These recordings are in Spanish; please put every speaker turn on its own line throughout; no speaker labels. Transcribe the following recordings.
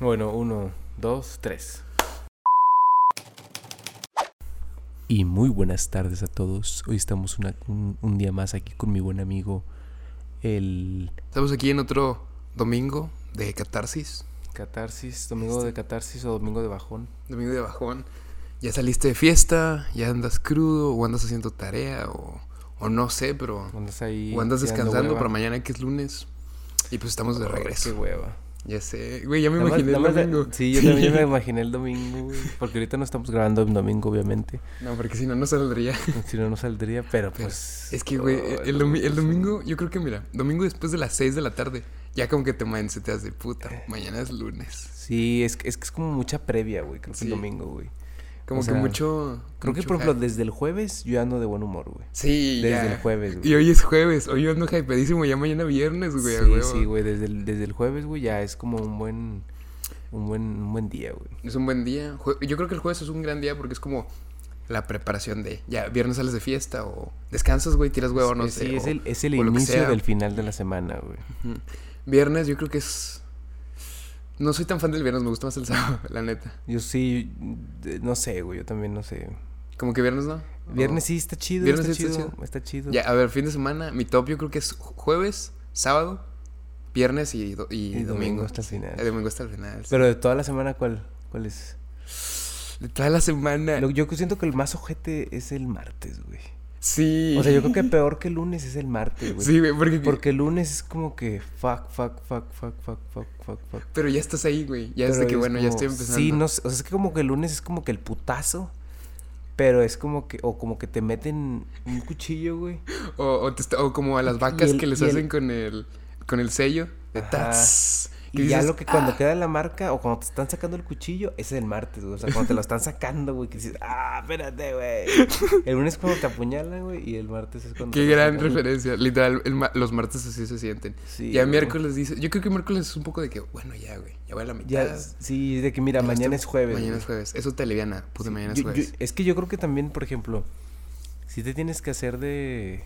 Bueno, uno, dos, tres. Y muy buenas tardes a todos. Hoy estamos una- un, un día más aquí con mi buen amigo, el
Estamos aquí en otro domingo de catarsis,
Catarsis, domingo de Catarsis o domingo de Bajón.
domingo de bajón. Ya saliste de fiesta, ya andas crudo o andas haciendo tarea o, o no sé, pero
Andas ahí.
o
tirando
andas descansando
hueva.
para mañana que es lunes y pues estamos de
Oh, Qué
regreso.
hueva.
Ya sé, güey, ya me
Nada más-
imaginé el
nada más de-
domingo.
Sí, yo también me imaginé el domingo, güey, Porque ahorita no estamos grabando en domingo, obviamente.
No, porque si no, no saldría.
Si no, no saldría, pero
Pero
pues.
Es que, güey, el, el domi- el domingo, yo creo que mira, domingo después de las 6 de la tarde, ya como que te manseteas de
Eh.
puta, mañana es lunes.
Sí, es, que- es que es como mucha previa, güey. Creo que
Sí.
el domingo, güey.
Como
O
que
sea,
mucho...
Creo que,
mucho
por ejemplo,
hype.
desde el jueves yo ando de buen humor, güey.
Sí,
Desde
ya.
el jueves, güey.
Y hoy es jueves, hoy yo ando hypedísimo, ya mañana viernes, güey. a
sí,
huevo.
sí, güey. Desde el, desde el jueves, güey, ya es como un buen, un buen, un buen día, güey.
Es un buen día. Jue- Yo creo que el jueves es un gran día porque es como la preparación de, ya, viernes sales de fiesta o descansas, güey, tiras huevo, no
Es-
sé.
sí, es
o-
el, es el
o lo que
inicio
sea.
del final de la semana, güey.
Ujú. Viernes yo creo que es... No soy tan fan del viernes, me gusta más el sábado, la neta.
Yo sí, de- no sé, güey, yo también no sé.
Como que viernes, ¿no?
Viernes
O-
sí está chido,
Viernes
está,
sí está
chido,
chido.
está chido.
Ya, a ver, fin de semana, mi top yo creo que es ju- jueves, sábado, viernes y, do- y
Y domingo
domingo.
hasta el final.
El domingo hasta el final.
Pero de toda la semana, ¿cuál, cuál es?
De toda la semana.
Lo- yo siento que el más ojete es el martes, güey.
Sí.
O sea, yo creo que peor que el lunes es el martes, güey.
Sí, güey, porque...
Porque el lunes es como que fuck, fuck, fuck, fuck, fuck, fuck, fuck, fuck.
Pero ya estás ahí, güey. Ya es de
Pero
que,
es
bueno, ya
como-
estoy empezando.
Sí, no sé, o sea, es que como que el lunes es como que el putazo. Pero es como que, o como que te meten un cuchillo, güey.
O, o te está- o como a las vacas
Y el-
que les
y el-
hacen con el con el sello de
Ajá.
tats.
Y ya lo que cuando
"Ah".
queda la marca, o cuando te están sacando el cuchillo, es el martes, güey. O sea, cuando te lo están sacando, güey, que dices, ah, espérate, güey. El lunes es cuando te apuñalan, güey, y el martes es cuando.
Qué
te lo
gran
sacan.
referencia. Literal, el ma- los martes así se sienten.
Sí,
ya
güey.
miércoles dice. Yo creo que miércoles es un poco de que, bueno, ya, güey. Ya voy a la mitad.
Ya, sí, de que mira,
Ya
mañana
estoy-
es jueves.
Mañana
güey.
es jueves. Eso te aliviana. Puta, mañana es
Yo- yo-
jueves.
es que yo creo que también, por ejemplo, si te tienes que hacer de.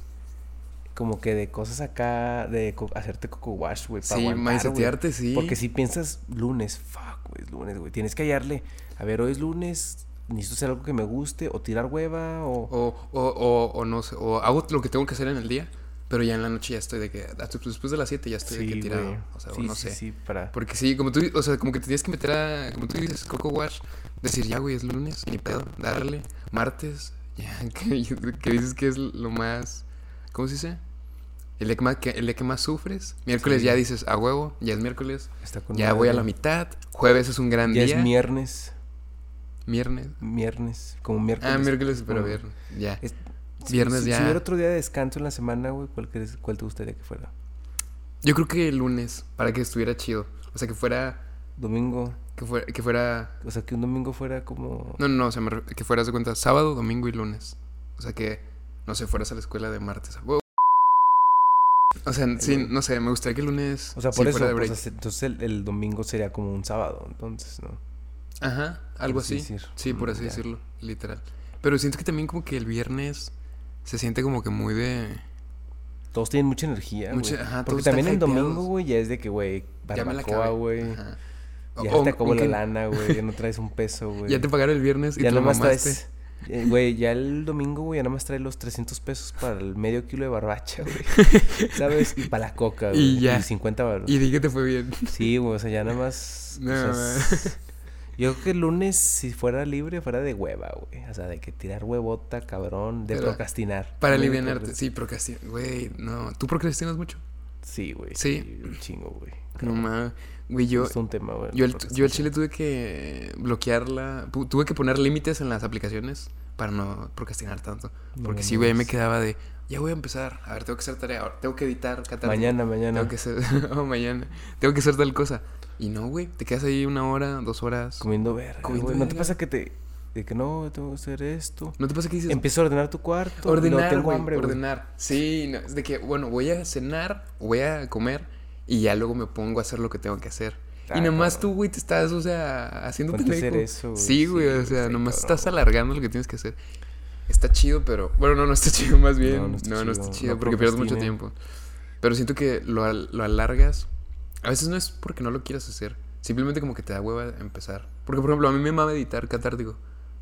Como que de cosas acá, de co- hacerte coco wash, güey. pa'
Sí,
aguantar,
mindsetearte,
güey.
sí.
Porque si piensas lunes, fuck, güey, es lunes, güey. Tienes que hallarle, a ver, hoy es lunes, necesito hacer algo que me guste, o tirar hueva, o.
O, o, o, o no sé. O hago lo que tengo que hacer en el día. Pero ya en la noche ya estoy de que. hasta Después de las 7 ya estoy de que tirado.
güey.
O sea, o
Sí,
no
sí,
sé.
sí, para.
Porque sí, como tú, o sea, como que te tienes que meter a, como tú dices, Coco Wash, decir ya, güey, es lunes, ni pedo, darle, martes, ya, que, que dices que es lo más, ¿cómo se dice? El día que más, que- el día que más sufres, miércoles
Sí.
ya dices, a huevo, ya es miércoles,
está con
ya
madre.
voy a la mitad, jueves es un gran
Ya
día,
es viernes,
viernes,
viernes, como miércoles.
ah, miércoles, pero
como-
viernes, ya,
Es- si-
viernes
si,
ya,
Si hubiera otro día de descanso en la semana, güey, ¿cuál, crees- ¿cuál te gustaría que fuera?
yo creo que el lunes, para que estuviera chido, o sea, que fuera,
Domingo.
que fuera, que fuera
O sea, que un domingo fuera como.
No, no, no, o sea, me ref- que fueras de cuenta sábado, domingo y lunes. O sea, que, no sé, fueras a la escuela de martes. O- O sea, sí,
güey.
no sé, me gustaría que el lunes.
o sea,
sí
por eso.
fuera de
pues,
break.
así- entonces el, el domingo sería como un sábado, entonces, ¿no?
Ajá, algo
así
así.
decir.
Sí, por
Mm,
así
ya.
decirlo, literal. Pero siento que también como que el viernes se siente como que muy de.
Todos tienen mucha energía,
Mucha-
güey.
ajá,
Porque
todos están
también el domingo,
hypeados.
güey, ya es de que, güey,
Ya me la
barbacoa,
acabé.
güey.
Ajá. O-
Ya
o-
te acabó la
aunque
lana, güey. Ya no traes un peso, güey.
Ya te pagaron el viernes y
Ya
te lo
nomás
mamaste.
traes. eh, Güey, ya el domingo, güey, ya nomás traes los 300 pesos para el medio kilo de barbacha, güey. ¿Sabes? Y para la coca, güey.
Y ya.
Y 50 baros.
Y di que te fue bien.
Sí, güey, o sea, ya nada más. o
No,
sea,
no.
s- yo creo que el lunes, si fuera libre, fuera de hueva, güey. O sea, de que tirar huevota, cabrón, de
Pero-
procrastinar.
Para
Muy de
alivianarte.
procrast-
Sí, procrastinar. Güey, no. ¿Tú procrastinas mucho?
Sí, güey.
Sí.
Sí. un Chingo, güey.
No,
Cabrón,
mames. Güey, yo,
Es un tema, güey.
Yo
la
el, yo
procrastinación.
el chile tuve que bloquearla, pu- tuve que poner límites en las aplicaciones para no procrastinar tanto.
No
Porque sí, güey, me
mames.
quedaba de, ya voy a empezar, a ver, tengo que hacer tarea, ahora, tengo que editar, catar.
Mañana, mañana.
Tengo que hacer, oh, mañana, tengo que hacer tal cosa. Y no, güey, te quedas ahí una hora, dos horas.
Comiendo verga.
Comiendo
güey. ¿No te
verga.
pasa que te. de que no, tengo que hacer esto?
¿No te pasa que dices,
Empiezo a ordenar tu cuarto.
ordenar,
no tengo
güey,
hambre, güey.
ordenar? Sí, no, es de que, bueno, voy a cenar, voy a comer y ya luego me pongo a hacer lo que tengo que hacer.
Ah,
y nomás
cabrón.
tú, güey, te estás, o sea, haciendo
Ponte a hacer
pendejo.
eso, güey.
Sí, güey, o
Sí,
sea,
sí,
nomás
cabrón.
estás alargando lo que tienes que hacer. Está chido, pero. Bueno, no, no está chido, más bien.
No,
No,
no está
no está chido,
chido, no
porque pierdes mucho
procrastinen.
tiempo. Pero siento que lo, al- lo alargas. A veces no es porque no lo quieras hacer, Simplemente como que te da hueva empezar. Porque, por ejemplo, a mí me mama editar catártico.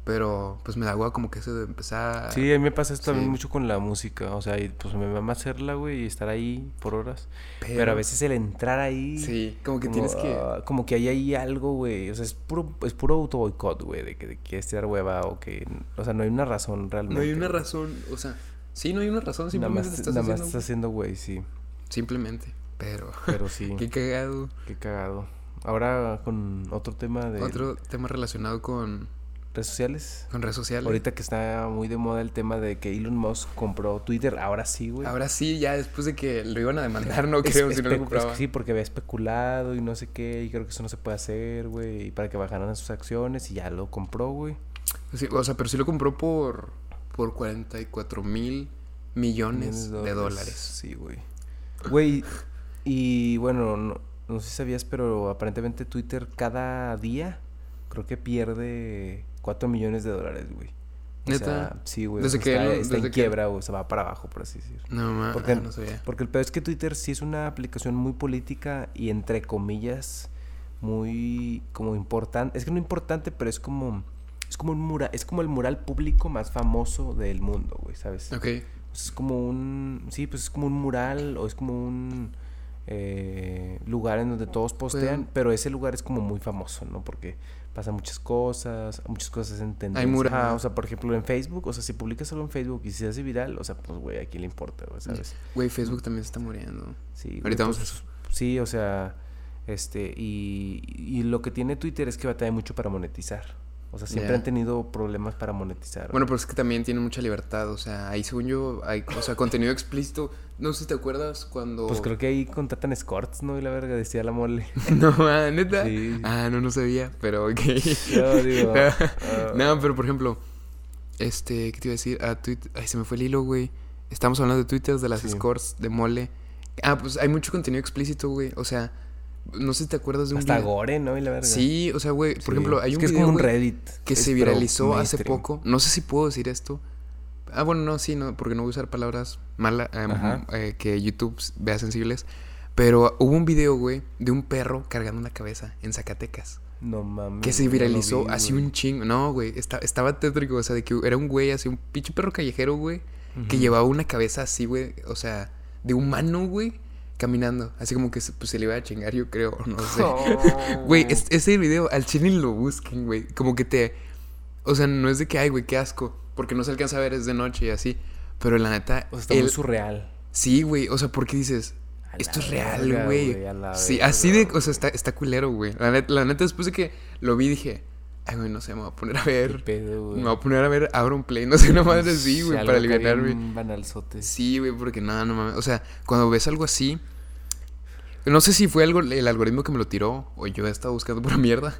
Pero, pues me da hueva como que eso de empezar.
Sí, a mí me pasa esto también
Sí.
mucho con la música. O sea, y, pues me mama hacerla, güey, y estar ahí por horas. Pero, a veces el entrar ahí.
Sí, como que tienes que.
ah, Como que hay ahí algo, güey. O sea, es puro, es puro auto boicot, güey, de que de que quieres tirar hueva o que. O sea, no hay una razón realmente.
No hay una
güey.
razón, o sea, sí, no hay una razón,
Nada
simplemente
más,
te estás
nada más
haciendo-
estás haciendo, güey, sí.
Simplemente, pero,
Pero sí,
qué cagado.
qué cagado. Ahora con otro tema de
Otro tema relacionado con,
redes sociales.
con redes sociales.
Ahorita que está muy de moda el tema de que Elon Musk compró Twitter, ahora sí, güey.
Ahora sí, ya después de que lo iban a demandar, no
Es-
creo, si
espe-
no lo
es-
compraba.
sí, porque había especulado y no sé qué, y creo que eso no se puede hacer, güey, y para que bajaran sus acciones, y ya lo compró, güey.
Sí, o sea, pero sí lo compró por, por 44 mil millones de dólares.
Sí, güey. Güey, y bueno, no, no sé si sabías, pero aparentemente Twitter cada día creo que pierde 4 millones de dólares, güey. O
¿Neta?
sea, sí, güey. o
Desde
sea,
que
está,
lo-
está
desde
en
que-
quiebra, o se va para abajo, por así decir.
No, ma,
Porque-
ah, no sabía.
Porque el peor es que Twitter sí es una aplicación muy política y entre comillas muy como importante, es que no importante, pero es como es como un mural, es como el mural público más famoso del mundo, güey, ¿sabes?
Ok,
pues, Es como un. Sí, pues es como un mural o es como un eh, lugar en donde todos postean,
Pueden-
pero ese lugar es como muy famoso, ¿no? Porque pasan muchas cosas, muchas cosas en tendencia.
mura-
Ajá, o sea, por ejemplo, en Facebook, o sea, si publicas algo en Facebook y se hace viral, o sea, pues, güey, ¿a quién le importa, güey, sabes?
güey, Facebook también se está muriendo.
Sí, güey,
Ahorita vamos a
pues, Sí, o sea, este, y, y lo que tiene Twitter es que batalla mucho para monetizar. O sea, siempre
Ya.
han tenido problemas para monetizar.
Bueno, pero es que también tiene mucha libertad, o sea, ahí según yo hay, o sea, contenido explícito. No sé si te acuerdas cuando...
pues creo que ahí contratan escorts, ¿no? Y la verga decía la mole.
No, ah, neta.
Sí.
Ah, no, no sabía, pero ok.
No, digo, ah,
no, no, pero por ejemplo, este, ¿qué te iba a decir? Ah, Twitter- Ay, se me fue el hilo, güey. Estamos hablando de Twitter, de las
Sí.
scores, de mole. Ah, pues hay mucho contenido explícito, güey. O sea, no sé si te acuerdas de un
Hasta
video-
gore, ¿no? Y la verga.
Sí, o sea, güey, por
Sí.
ejemplo, hay
es
un
que es
video,
como un
güey,
Reddit.
que
es-
se
pero
viralizó hace
mainstream.
poco. No sé si puedo decir esto. Ah, bueno, no, sí, no, porque no voy a usar palabras malas
Ajá.
que YouTube s- vea sensibles. Pero hubo un video, güey, de un perro cargando una cabeza en Zacatecas.
No mames.
Que se
güey, no lo
viralizó
vi,
así
güey.
un chingo. No, güey, esta- estaba tétrico. O sea, de que era un güey, así un pinche perro callejero, güey, que
Ujú.
llevaba una cabeza así, güey, o sea, de humano, güey, caminando. Así como que se, pues, se le iba a chingar, yo creo, no sé.
Oh, No.
Güey, es- ese video al chile lo busquen, güey. Como que te. O sea, no es de que, ay, güey, qué asco. Porque no se alcanza a ver, es de noche y así. Pero la neta.
O sea, está
el-
muy surreal.
Sí, güey. O sea, porque dices.
A
Esto
la
es real,
verga,
güey.
güey, a la
Sí,
verga,
así de. O
güey.
sea, está, está culero, güey. La neta, la neta, después de que lo vi, dije. Ay, güey, no sé, me voy a poner a
Qué
ver.
pedo, güey.
Me voy a poner a ver Auron Play. No sé, una madre así, güey,
Algo
para
acá
aliviarme.
bien banalzote.
Sí, güey, porque nada, no mames. O sea, cuando ves algo así. No sé si fue algo, el algoritmo que me lo tiró o yo estaba buscando pura mierda.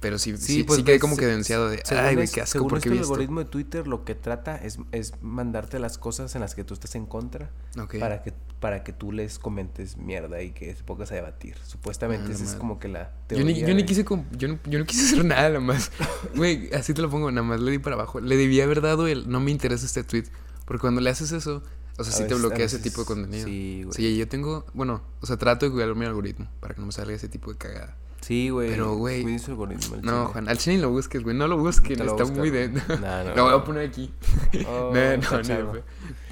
Pero sí, sí, sí, quedé
pues, ves,
como que
se-
denunciado de.
según
Ay, güey,
es-
qué asco,
según
porque
esto,
vi
el
esto.
algoritmo de Twitter lo que trata es, es mandarte las cosas en las que tú estás en contra
Ok.
para que para que tú les comentes mierda y que se pongas a debatir. Supuestamente
Ah, la
esa es
madre.
como que la
Yo ni,
teoría
yo ni
de-
quise com- yo, no, yo no quise hacer nada nada más. Güey, así te lo pongo, nada más le di para abajo. Le debí haber dado el no me interesa este tweet. Porque cuando le haces eso, o sea,
A
sí pues, te
veces- a
bloquea ese tipo de
veces-
contenido.
sí, güey.
Sí, yo tengo, bueno, o sea, trato de cuidar mi algoritmo para que no me salga ese tipo de cagada.
Sí, güey.
Pero, güey,
cuiden su algoritmo, al
No,
chile.
Juan, al chile ni lo busques, güey. No lo busques,
Te lo
está
busco.
muy de.
No, no,
lo voy
no.
a poner aquí.
Oh,
no, no, no,
tachado.
güey.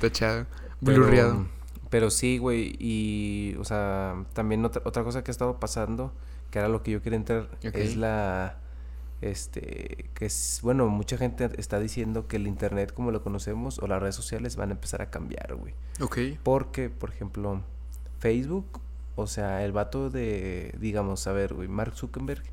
Tachado.
Pero-
Blurreado.
Pero sí, güey, y, o sea, también otra, otra cosa que ha estado pasando, que era lo que yo quería entrar,
Ok.
es la, este, que es, bueno, mucha gente está diciendo que el internet como lo conocemos o las redes sociales van a empezar a cambiar, güey.
Ok.
Porque, por ejemplo, Facebook, o sea, el vato de, digamos, a ver, güey, Mark Zuckerberg,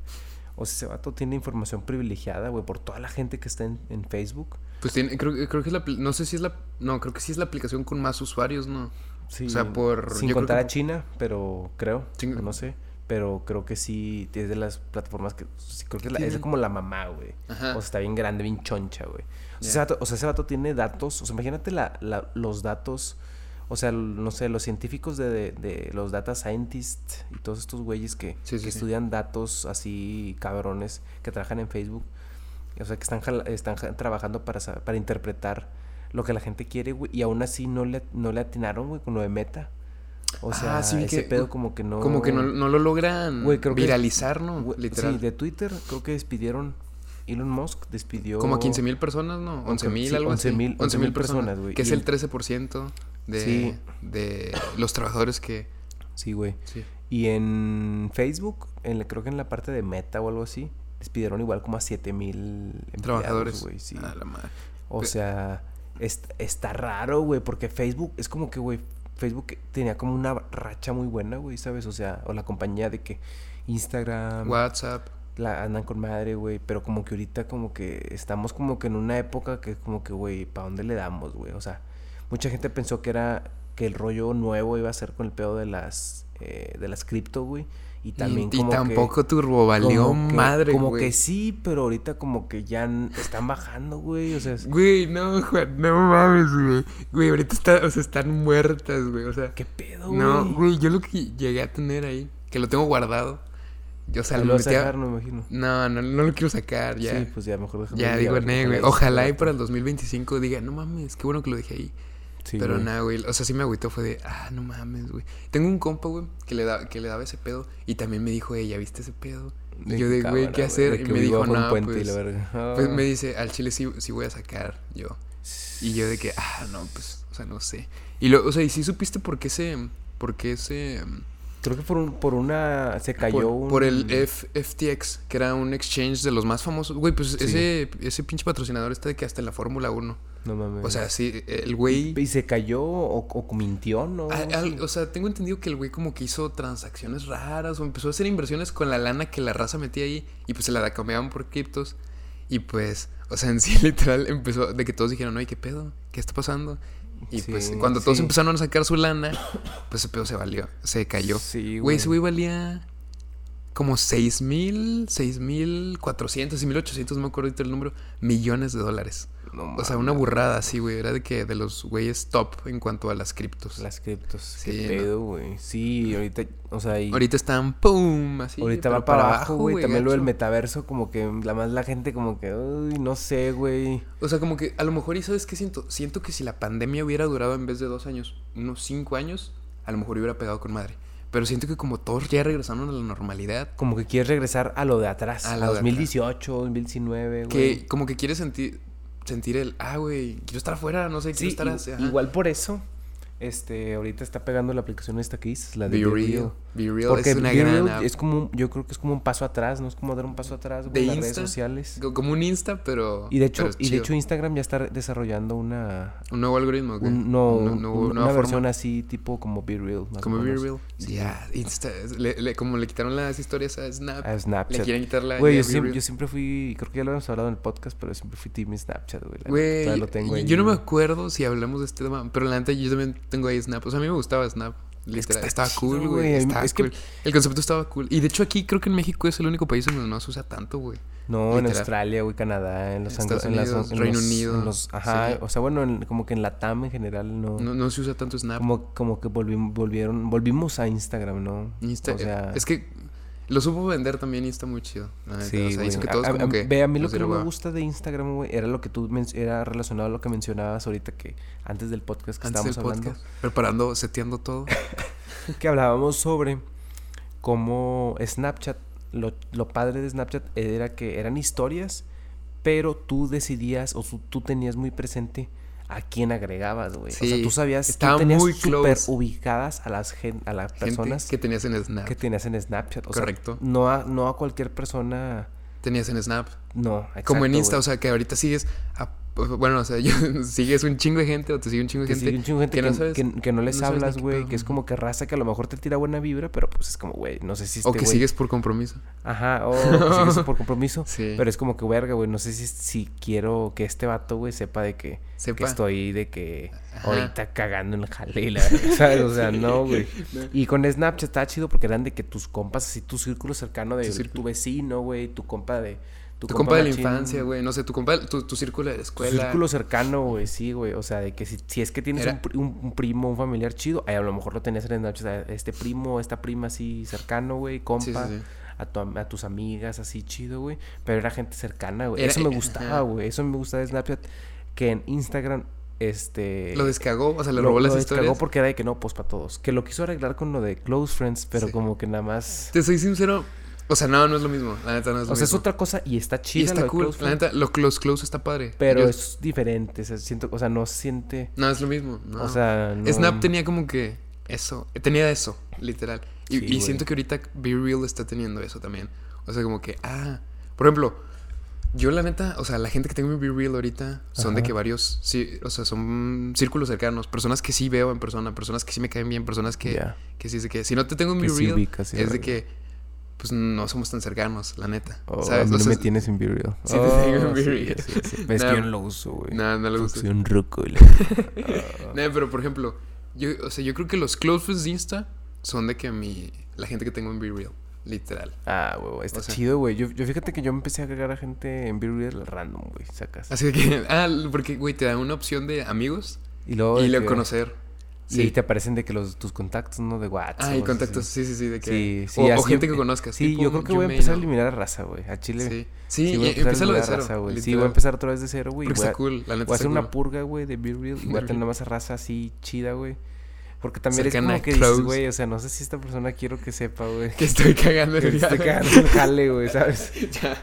o sea, ese vato tiene información privilegiada, güey, por toda la gente que está en, en Facebook.
Pues tiene, creo, creo que es la. apli- No sé si es la. No, creo que sí es la aplicación con más usuarios, ¿no?
Sí,
O sea, por-
Sin
yo creo
contar
que-
a China, pero creo.
Sin-
o No sé. Pero creo que sí es de las plataformas que. sí, creo que es, la- es
tiene?
como la mamá, güey.
Ajá.
O sea, está bien grande, bien choncha, güey. O, sea,
Ya.
ese vato- o sea, ese vato tiene datos. O sea, imagínate la- la- los datos. O sea, l- no sé, los científicos de, de- de los data scientists y todos estos güeyes que,
Sí, sí,
que
sí.
estudian datos así cabrones que trabajan en Facebook. O sea, que están, jala- están ja- trabajando para, sa- para interpretar lo que la gente quiere, güey. Y aún así no le, no le atinaron, güey, con lo de meta. O
Ah,
sea,
sí vi
ese
que-
pedo como que no...
Como que no, no lo logran
Güey, creo que-
viralizar, ¿no?
Güey,
Literal.
Sí, de Twitter creo que despidieron... Elon Musk despidió...
Como a 15 mil personas, ¿no? 11 mil,
sí,
algo así.
11,000,
11,000
personas, güey,
Que es
y-
el 13% de,
Sí.
de los trabajadores que...
Sí, güey.
Sí.
Y en Facebook, en la- creo que en la parte de Meta o algo así, despidieron igual como a 7000 empleados,
Trabajadores.
güey, sí.
A la madre.
O
Pe-
sea, es- está raro, güey, porque Facebook es como que, güey, Facebook tenía como una racha muy buena, güey, ¿sabes? O sea, o la compañía de que Instagram
WhatsApp.
la andan con madre, güey, pero como que ahorita como que estamos como que en una época que es como que, güey, ¿para dónde le damos, güey? O sea, mucha gente pensó que era que el rollo nuevo iba a ser con el pedo de las eh, de las cripto, güey, y
Y-
también
y,
como que-
tampoco turbo valió
como que-
madre,
Como
güey.
que sí, pero ahorita como que ya n- están bajando, güey, o sea, es-
Güey, no, Juan, no mames, güey. Güey, ahorita está, o sea, están muertas, güey. O sea,
qué pedo, güey.
no, güey, yo lo que llegué a tener ahí, que lo tengo guardado. Yo, o sea,
Ahí
lo
lo vas a
metí a-
dejar, no me imagino.
No, no, no lo quiero sacar, ya.
Sí, pues ya mejor déjame
ya
un
digo,
día,
"Nee, güey.
y se
Ojalá
pueda".
y para el 2025 diga, no mames, qué bueno que lo dejé ahí.
Sí,
Pero
güey.
nada, güey. O sea, sí me agüitó, fue de, ah, no mames, güey. Tengo un compa, güey, que le, da, que le daba ese pedo. Y también me dijo, ey, ¿ya viste ese pedo? Y yo de, güey,
cámara,
¿qué hacer?
de
Y
que
me
vivo
dijo,
bajo un
no,
puente y
pues,
la verga.
pues me
Ah.
dice, al chile sí, sí voy a sacar yo. Y yo de que, ah, no, pues, o sea, no sé. Y lo, o sea, y sí supiste por qué se, por qué se,
Creo que por, un, por una. Se cayó
Ah, por,
un.
por el F- FTX, que era un exchange de los más famosos. Güey, pues
Sí.
ese, ese pinche patrocinador está de que hasta en la Fórmula 1.
No mames.
O sea, sí, el güey... Ah,
¿Y se cayó o, o mintió? No.
al-
Sí.
al- o sea, tengo entendido que el güey como que hizo transacciones raras o empezó a hacer inversiones con la lana que la raza metía ahí y pues se la cambiaban por criptos. Y pues, o sea, en sí literal empezó de que todos dijeron, oye, ¿qué pedo? ¿Qué está pasando? Y pues
Sí,
cuando todos
sí.
empezaron a sacar su lana, pues ese pedo se valió, se cayó.
Sí,
Güey, ese güey valía como 6 mil, 6 mil 400, 6 mil 800, no me acuerdo ahorita el número, millones de dólares.
No
O sea,
mames,
una burrada así, güey. Era de que de los güeyes top en cuanto a las criptos.
Las criptos.
Sí,
qué
¿no?
pedo, güey. Sí, ahorita. O sea, y-
Ahorita están pum, así.
ahorita
pero
va para abajo, güey. También lo del
gacho.
metaverso, como que. La más la gente, como que. Uy, no sé, güey.
O sea, como que a lo mejor, ¿y sabes qué siento? Siento que si la pandemia hubiera durado en vez de dos años, unos cinco años, a lo mejor hubiera pegado con madre. Pero siento que como todos ya regresaron a la normalidad,
Como que quieres regresar a lo de atrás.
A
A,
lo de atrás.
2018, 2019, güey.
que como que quieres sentir sentir el, ah, güey, quiero estar afuera, no sé, quiero
Sí,
estar
igu-
hacia- ajá".
igual por eso, este, ahorita está pegando la aplicación esta que dices, la
Be
de Be
real.
Real.
Be real
Porque
es una
Be
gran
Real
app.
es como, un- yo creo que es como un paso atrás, no es como dar un paso atrás güey,
¿De
en las redes
Insta?
sociales.
Co- Como un Insta, pero.
Y de hecho,
pero es
y de
chido.
hecho Instagram ya está re- desarrollando una,
Un nuevo algoritmo, ¿o qué?
un- no,
Un-
un-
nuevo-
un-
nueva
una
forma.
versión así tipo como Be Real. más o
Como Be
menos.
Real.
Sí.
Ya, Insta. le- le- como le quitaron las historias a Snap.
A
le
Ah, Snapchat.
quieren quitar la.
Güey,
idea
yo,
de Be
siem-
Real.
yo siempre fui, creo que ya lo habíamos hablado en el podcast, pero siempre fui team Snapchat, güey. la neta,
Güey,
todavía lo tengo
yo-
ahí,
yo no me
güey.
acuerdo si hablamos de este tema, pero la neta yo también tengo ahí Snap. O sea, a mí me gustaba Snap. Literal,
está
estaba
chido,
cool, güey.
güey, a mí-
Estaba
es que-
cool. El concepto estaba cool. Y de hecho aquí creo que en México es el único país donde no se usa tanto, güey.
No, en
Literal.
Australia, güey, Canadá, en los anglo-
Estados
en las-
Unidos,
en
Reino
los- en
Unido,
los- ajá,
sí.
o sea, bueno, en- como que en la TAM en general no.
No, no se usa tanto Snap.
como, como que volvim- volvieron, volvimos a Instagram, ¿no?
Insta-
o sea,
este, es que lo supo vender también y está muy chido. la neta.
sí,
O sea,
güey.
hizo que
A-
todos
a,
como
a-
que
ve, a mí lo
nos
que
diera
no me
hueva.
gusta de Instagram, güey, era lo que tú men- era relacionado a lo que mencionabas ahorita que antes del podcast que
Antes del
estábamos hablando,
podcast, preparando, seteando todo.
que hablábamos sobre cómo Snapchat, lo, lo padre de Snapchat era que eran historias, pero tú decidías o su- tú tenías muy presente a quién agregabas, güey. o
Sí,
sea, tú sabías,
estaba
tú tenías
muy
súper
close.
ubicadas a las, gen- a las
Gente
personas
que tenías en Snap.
que tenías en Snapchat. O
Correcto.
Sea, no, a, no a cualquier persona.
Tenías en Snap.
No,
como en
exacto,
Insta,
güey.
o sea, que ahorita sigues. a- bueno, o sea, yo- sigues un chingo de gente o te sigue un chingo de
Que
gente.
sigue un chingo de gente que,
no sabes.
que- que no les
no sabes ni
hablas,
qué
güey.
pedo,
Que es como que raza que a lo mejor te tira buena vibra, pero pues es como, güey, no sé si este
o que
güey-
sigues por compromiso.
Ajá, o que sigues por compromiso.
Sí.
Pero es como que, verga, güey, no sé si, si quiero que este vato, güey, sepa de que,
Sepa.
que estoy de que
Ajá.
ahorita cagando en el jale, y la verga, ¿sabes? O sea, no, güey. Y con Snapchat estaba chido porque eran de que tus compas, así tu círculo cercano de
Tu
tu,
círculo.
vecino, güey, tu compa de...
Tu compa de la
machín,
infancia, güey. No sé, tu compa, tu, tu círculo de Pues la
Tu
escuela.
círculo cercano, güey, sí, güey. O sea, de que si, si es que tienes
Era-
un, pri- un- un primo, un familiar chido, ahí a lo mejor lo tenías en Snapchat, este primo, esta prima así cercano, güey, compa
Sí, sí, sí.
a, tu am- a tus amigas, así chido, güey. Pero era gente cercana, güey.
Era-
Eso me
eh,
gustaba,
ajá.
güey. Eso me gustaba de Snapchat. Que en Instagram este...
Lo descagó, o sea, le robó las
descargó
historias.
porque era de que no, pues para todos. Que lo quiso arreglar con lo de Close Friends, pero
Sí.
como que nada más...
Te soy sincero. O sea, no, no es lo mismo. La neta no es lo
O sea, es
mismo.
otra cosa y está
Y
chida. lo
está
de
cool.
Close
la
Friends,
neta, lo close close está padre.
Pero
Yo-
es diferente, se siento, o sea, no se siente...
No, es lo mismo. no.
O sea, no...
Snap tenía como que eso. Tenía eso, literal. Y,
Sí,
y
güey.
siento que ahorita Be Real está teniendo eso también. O sea, como que, ah. Por ejemplo, yo la neta, o sea, la gente que tengo en Be Real ahorita son de
Ajá.
que varios, sí, o sea, son círculos cercanos. Personas que sí veo en persona, personas que sí me caen bien, personas que,
Ya.
que sí, es de que si no te tengo en Be
Que sí
Real,
ubicas, sí,
es de
verdad.
que, pues no somos tan cercanos, la neta.
Oh,
¿Sabes?
a mí no
Entonces,
me tienes en Virreal.
Sí, te tengo en Be
Oh, sí,
Real.
sí, sí. Es
Nah,
que yo no lo uso, güey.
no, no le gusta.
Soy un ruco. y la-
Nah, eh, pero por ejemplo, yo, o sea, yo creo que los close friends de Insta son de que mi la gente que tengo en Be Real, literal.
Ah, güey, güey, está
O sea-
chido, güey. Yo, yo fíjate que yo empecé a agregar a gente en Virreal random, güey, sacas.
Así de que ah, porque güey, te da una opción de amigos
Y luego...
y
de
luego
que-
conocer.
Y
Sí.
ahí te aparecen de que los tus contactos, ¿no? De WhatsApp.
Ah,
o
y
así,
contactos,
sí.
sí, sí, sí, de que
Sí, sí,
o, o
así
gente
em-
que conozcas.
Sí,
tipo
yo creo que
you
voy a
may
empezar a
know.
eliminar a raza, güey. A Chile.
Sí. Sí,
voy a empezar
empieza lo de
eliminar a
cero.
raza, güey. Sí,
literal,
voy a empezar otra vez de cero, güey.
Porque
Voy a-
está cool, la neta
Voy a
está
hacer una
cool.
purga, güey, de Be Real. Y voy a tener nada más a raza así chida, güey. Porque también
Cercana,
es como que dices,
close.
güey, o sea, no sé si esta persona quiero que sepa, güey.
Que estoy cagando
Que
el
ahorita estoy cagando el jale, güey, ¿sabes?